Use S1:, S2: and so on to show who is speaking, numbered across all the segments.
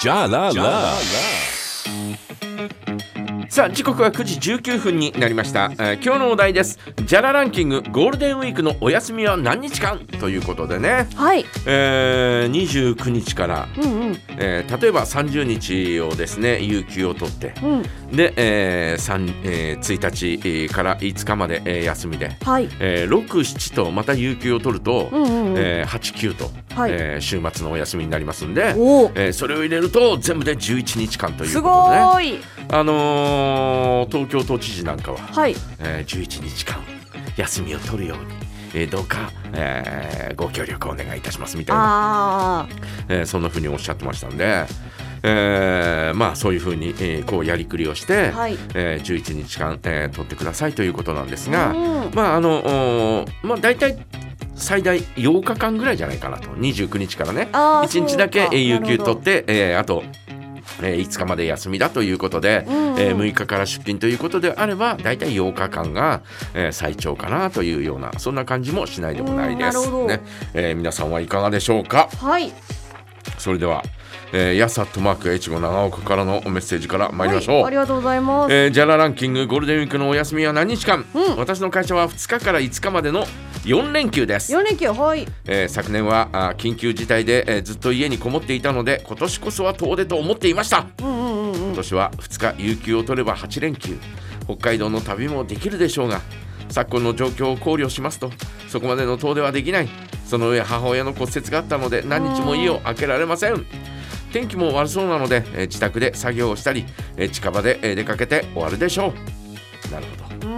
S1: じゃらら
S2: さあ時刻は9時19分になりました、えー今日のお題ですジャラランキングゴールデンウィークのお休みは何日間ということでね、
S3: はい。
S2: えー、29日から、
S3: うんうん
S2: えー例えば30日をですね有給を取って
S3: うん。
S2: で、えー三えー1日えーから5日まで、えー休みで、
S3: はい。
S2: えー67とまた有給を取ると、
S3: うんうんうん
S2: えー89と、
S3: はい
S2: えー週末のお休みになりますんで、
S3: おお。
S2: えーそれを入れると全部で11日間という
S3: す
S2: こと
S3: ご
S2: でね。
S3: ーい。
S2: あのー東京都知事なんかは、
S3: はい。
S2: えー11日間休みを取るように、えーどうか、えーご協力をお願いいたしますみたいな、
S3: あ
S2: えーそんなふうにおっしゃってましたんで、えーまあ、そういうふうに、えーこうやりくりをして、
S3: はい
S2: えー11日間、えー取ってくださいということなんですが、
S3: うん
S2: まああのおーまあ、大体最大8日間ぐらいじゃないかなと29日からね
S3: あー
S2: 1日だけ
S3: そうか
S2: えー有
S3: なる
S2: 給
S3: ほど
S2: 取って、えーあと、えー5日まで休みだということで、
S3: うんうん
S2: えー6日から出勤ということであれば大体8日間が、えー最長かなというようなそんな感じもしないでもないで
S3: うんなる
S2: す
S3: ほ。ど
S2: ねえー皆さんはいかがでしょうか
S3: あ。はい。
S2: それでは、えー、やさとマーク越後長岡からのメッセージから参りましょう。
S3: はいありがとうございます。
S2: えー、ジャラランキングゴールデンウィークのお休みは何日間、
S3: うん
S2: 私の会社は2日から5日までの4連休です、
S3: 四連休はい。
S2: えー昨年はあー緊急事態で、えーずっと家にこもっていたので今年こそは遠出と思っていました
S3: うんうんうんうん。
S2: 今年は2日有給を取れば8連休北海道の旅もできるでしょうが昨今の状況を考慮しますとそこまでの遠出はできないその上母親の骨折があったので何日も家を空けられません天気も悪そうなので、えー自宅で作業をしたり、えー近場で、えー出かけて終わるでしょうなるほどね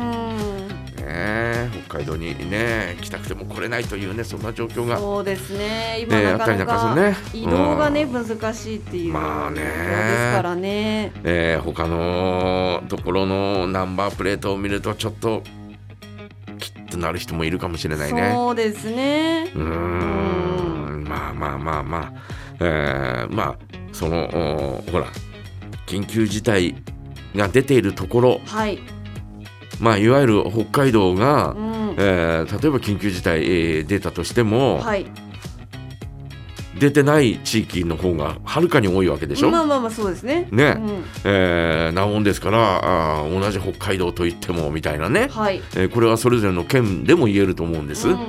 S3: うーん。
S2: え北海道にね来たくても来れないというねそんな状況が
S3: そうですね。今
S2: ねえ
S3: なか
S2: あったりな
S3: な
S2: か
S3: ん
S2: するね
S3: か移動がね
S2: う
S3: 難しいっていう。
S2: まあね
S3: ですからね。
S2: えー他のところのナンバープレートを見るとちょっときっとなる人もいるかもしれないね。
S3: そうですね。
S2: うーんまあまあまあまあ、えーまあそのおほら緊急事態が出ているところ、
S3: はい。
S2: まあ、いわゆる北海道が
S3: う、ん。
S2: えー例えば緊急事態、えー出たとしても、
S3: はい。
S2: 出てない地域の方がはるかに多いわけでしょ。
S3: まあまあまあそうですね。
S2: ね
S3: うん
S2: えーなもんですからあー同じ北海道といってもみたいなね、
S3: はい。
S2: えーこれはそれぞれの県でも言えると思うんです。
S3: うんうん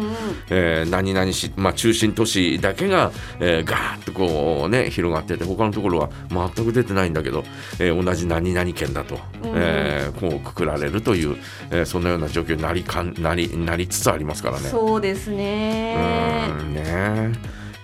S2: えー何々市、まあ、中心都市だけが、えーガーッとこうね広がってて他のところは全く出てないんだけど、えー同じ何々県だと、
S3: うん
S2: えーこうくくられるという、えーそんなような状況になりかんなりなりつつありますからね。
S3: そうです
S2: う
S3: ね。
S2: ーんね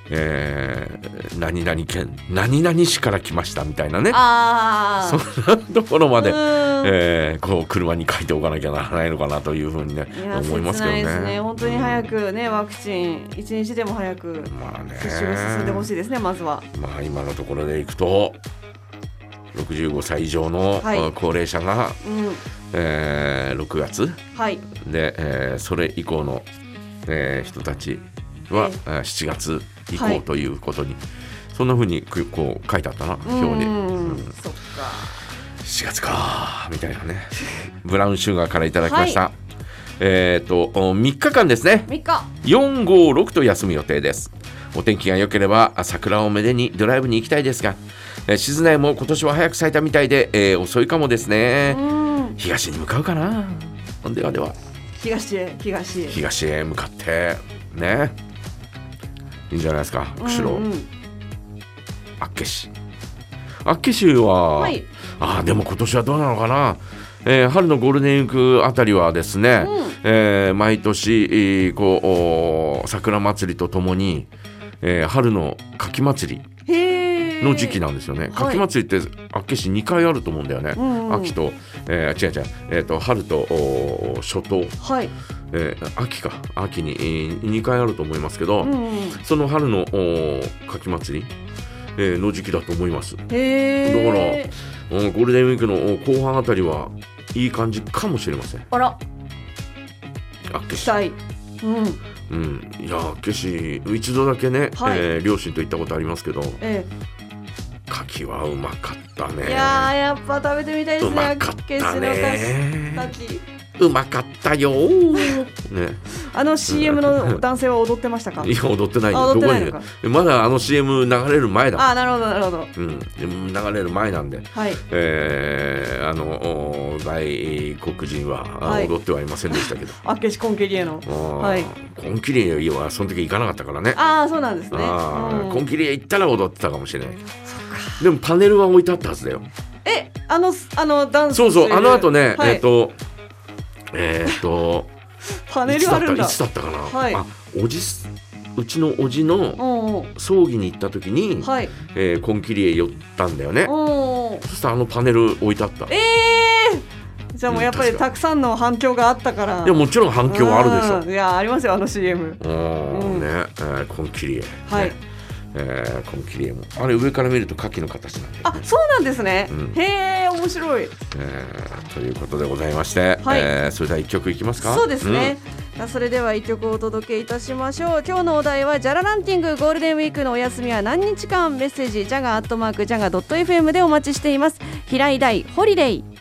S2: えー何々県何々市から来ましたみたいなね
S3: あ
S2: そ
S3: あ。
S2: んな ところまで
S3: う。ーん
S2: えーこう車に書いておかなきゃならないのかなというふうにね
S3: いや
S2: 思いますけど
S3: 切ないです
S2: ね。
S3: 本当に早くね、ワクチン一日でも早く
S2: まあね
S3: 接種が進んでほしいですね、まずは。
S2: まあ今のところでいくと65歳以上の
S3: はい
S2: あ高齢者が、
S3: うん、
S2: えー6月
S3: はい、
S2: で、えーそれ以降の、えー人たちは、えー7月以
S3: は
S2: 降
S3: い
S2: ということに、そんなふうにくこう書いてあったな表に。
S3: う
S2: うん
S3: ん、そっ
S2: 4月かみたいなねブラウンシュガーからいただきました、
S3: は
S2: えっ、とお3日間ですね
S3: か、3日、
S2: 456と休む予定ですお天気が良ければあ桜をめでにドライブに行きたいですが、えー静内も今年は早く咲いたみたいで、えー遅いかもですね
S3: うん、
S2: 東に向かうかなではでは
S3: 東へ、東へ、
S2: 東へ向かってねいいんじゃないですか釧路、
S3: うんうん
S2: 厚岸厚岸は、
S3: はい
S2: あーでも今年はどうなのかな、えー春のゴールデンウィークあたりはですね、
S3: うん
S2: えー毎年、えーこうおー桜祭りとともに、えー春の柿祭り
S3: へえ、
S2: の時期なんですよね、
S3: い
S2: 柿祭りって厚岸2回あると思うんだよね、
S3: うんうん
S2: 秋と、えー違う違う、えー、と春とおー初冬、
S3: はい、
S2: えー秋か秋に、え2回あると思いますけど、
S3: うんうん、
S2: その春のおー柿祭り、えーの時期だと思います
S3: へ
S2: う
S3: え、
S2: んゴールデンウィークのお後半あたりはいい感じかもしれません。
S3: あら、
S2: あっけ
S3: 期
S2: し、
S3: 待、うん、
S2: うん、いやあっけし一度だけね、
S3: はい
S2: えー両親と行ったことありますけど
S3: え
S2: 牡蠣はうまかったね
S3: え、いやー、やっぱ食べてみたいで
S2: う
S3: すね、
S2: まかったね
S3: 秋。
S2: うまかったよーね
S3: あの CM の男性は踊ってましたか
S2: いや踊ってない
S3: あ
S2: よど
S3: 踊って
S2: こ
S3: ない
S2: に
S3: のか
S2: まだあの CM 流れる前だ
S3: あなるほどなるほど
S2: うん流れる前なんで
S3: はい
S2: えーあのお外国人はあ
S3: はい
S2: 踊ってはいませんでしたけど、
S3: あけしコンケリエの
S2: は
S3: はい
S2: コンキリエはその時行かなかったからね
S3: ああそうなんですね
S2: あー
S3: うん
S2: コンキリエ行ったら踊ってたかもしれないでもパネルは置いてあったはずだよ
S3: えあのあのダンス
S2: そうそうあの後ね、
S3: はい
S2: えっ、とえっ、と
S3: パネ
S2: いつ
S3: ル
S2: だ
S3: あ
S2: っ
S3: る
S2: た
S3: んだ
S2: いつだったかな、
S3: はい
S2: あおじすうちのおじの
S3: おうお
S2: 葬儀に行った時に、
S3: うはい
S2: えーコンキリエ寄ったんだよね
S3: おうおう
S2: そしたらあのパネル置いてあった
S3: えー、じゃあもうやっぱ
S2: うん確
S3: り
S2: か
S3: たくさんの反響があったから
S2: でももちろん反響はあるでしょ
S3: うんいやありますよあの CM
S2: うん
S3: うん
S2: ね、えーコンキリエ、ね
S3: はい
S2: えーコンキリエもあれ上から見ると牡蠣の形なんだよ
S3: あそうなんですね、
S2: うん
S3: へえ面白い
S2: えーということでございまして、
S3: はい
S2: えーそれでは一曲いきますか
S3: そうですね、、さあそれでは一曲お届けいたしましょう今日のお題はジャラランキングゴールデンウィークのお休みは何日間メッセージジャガアットマークジャガ .fm でお待ちしています平井大ホリデイ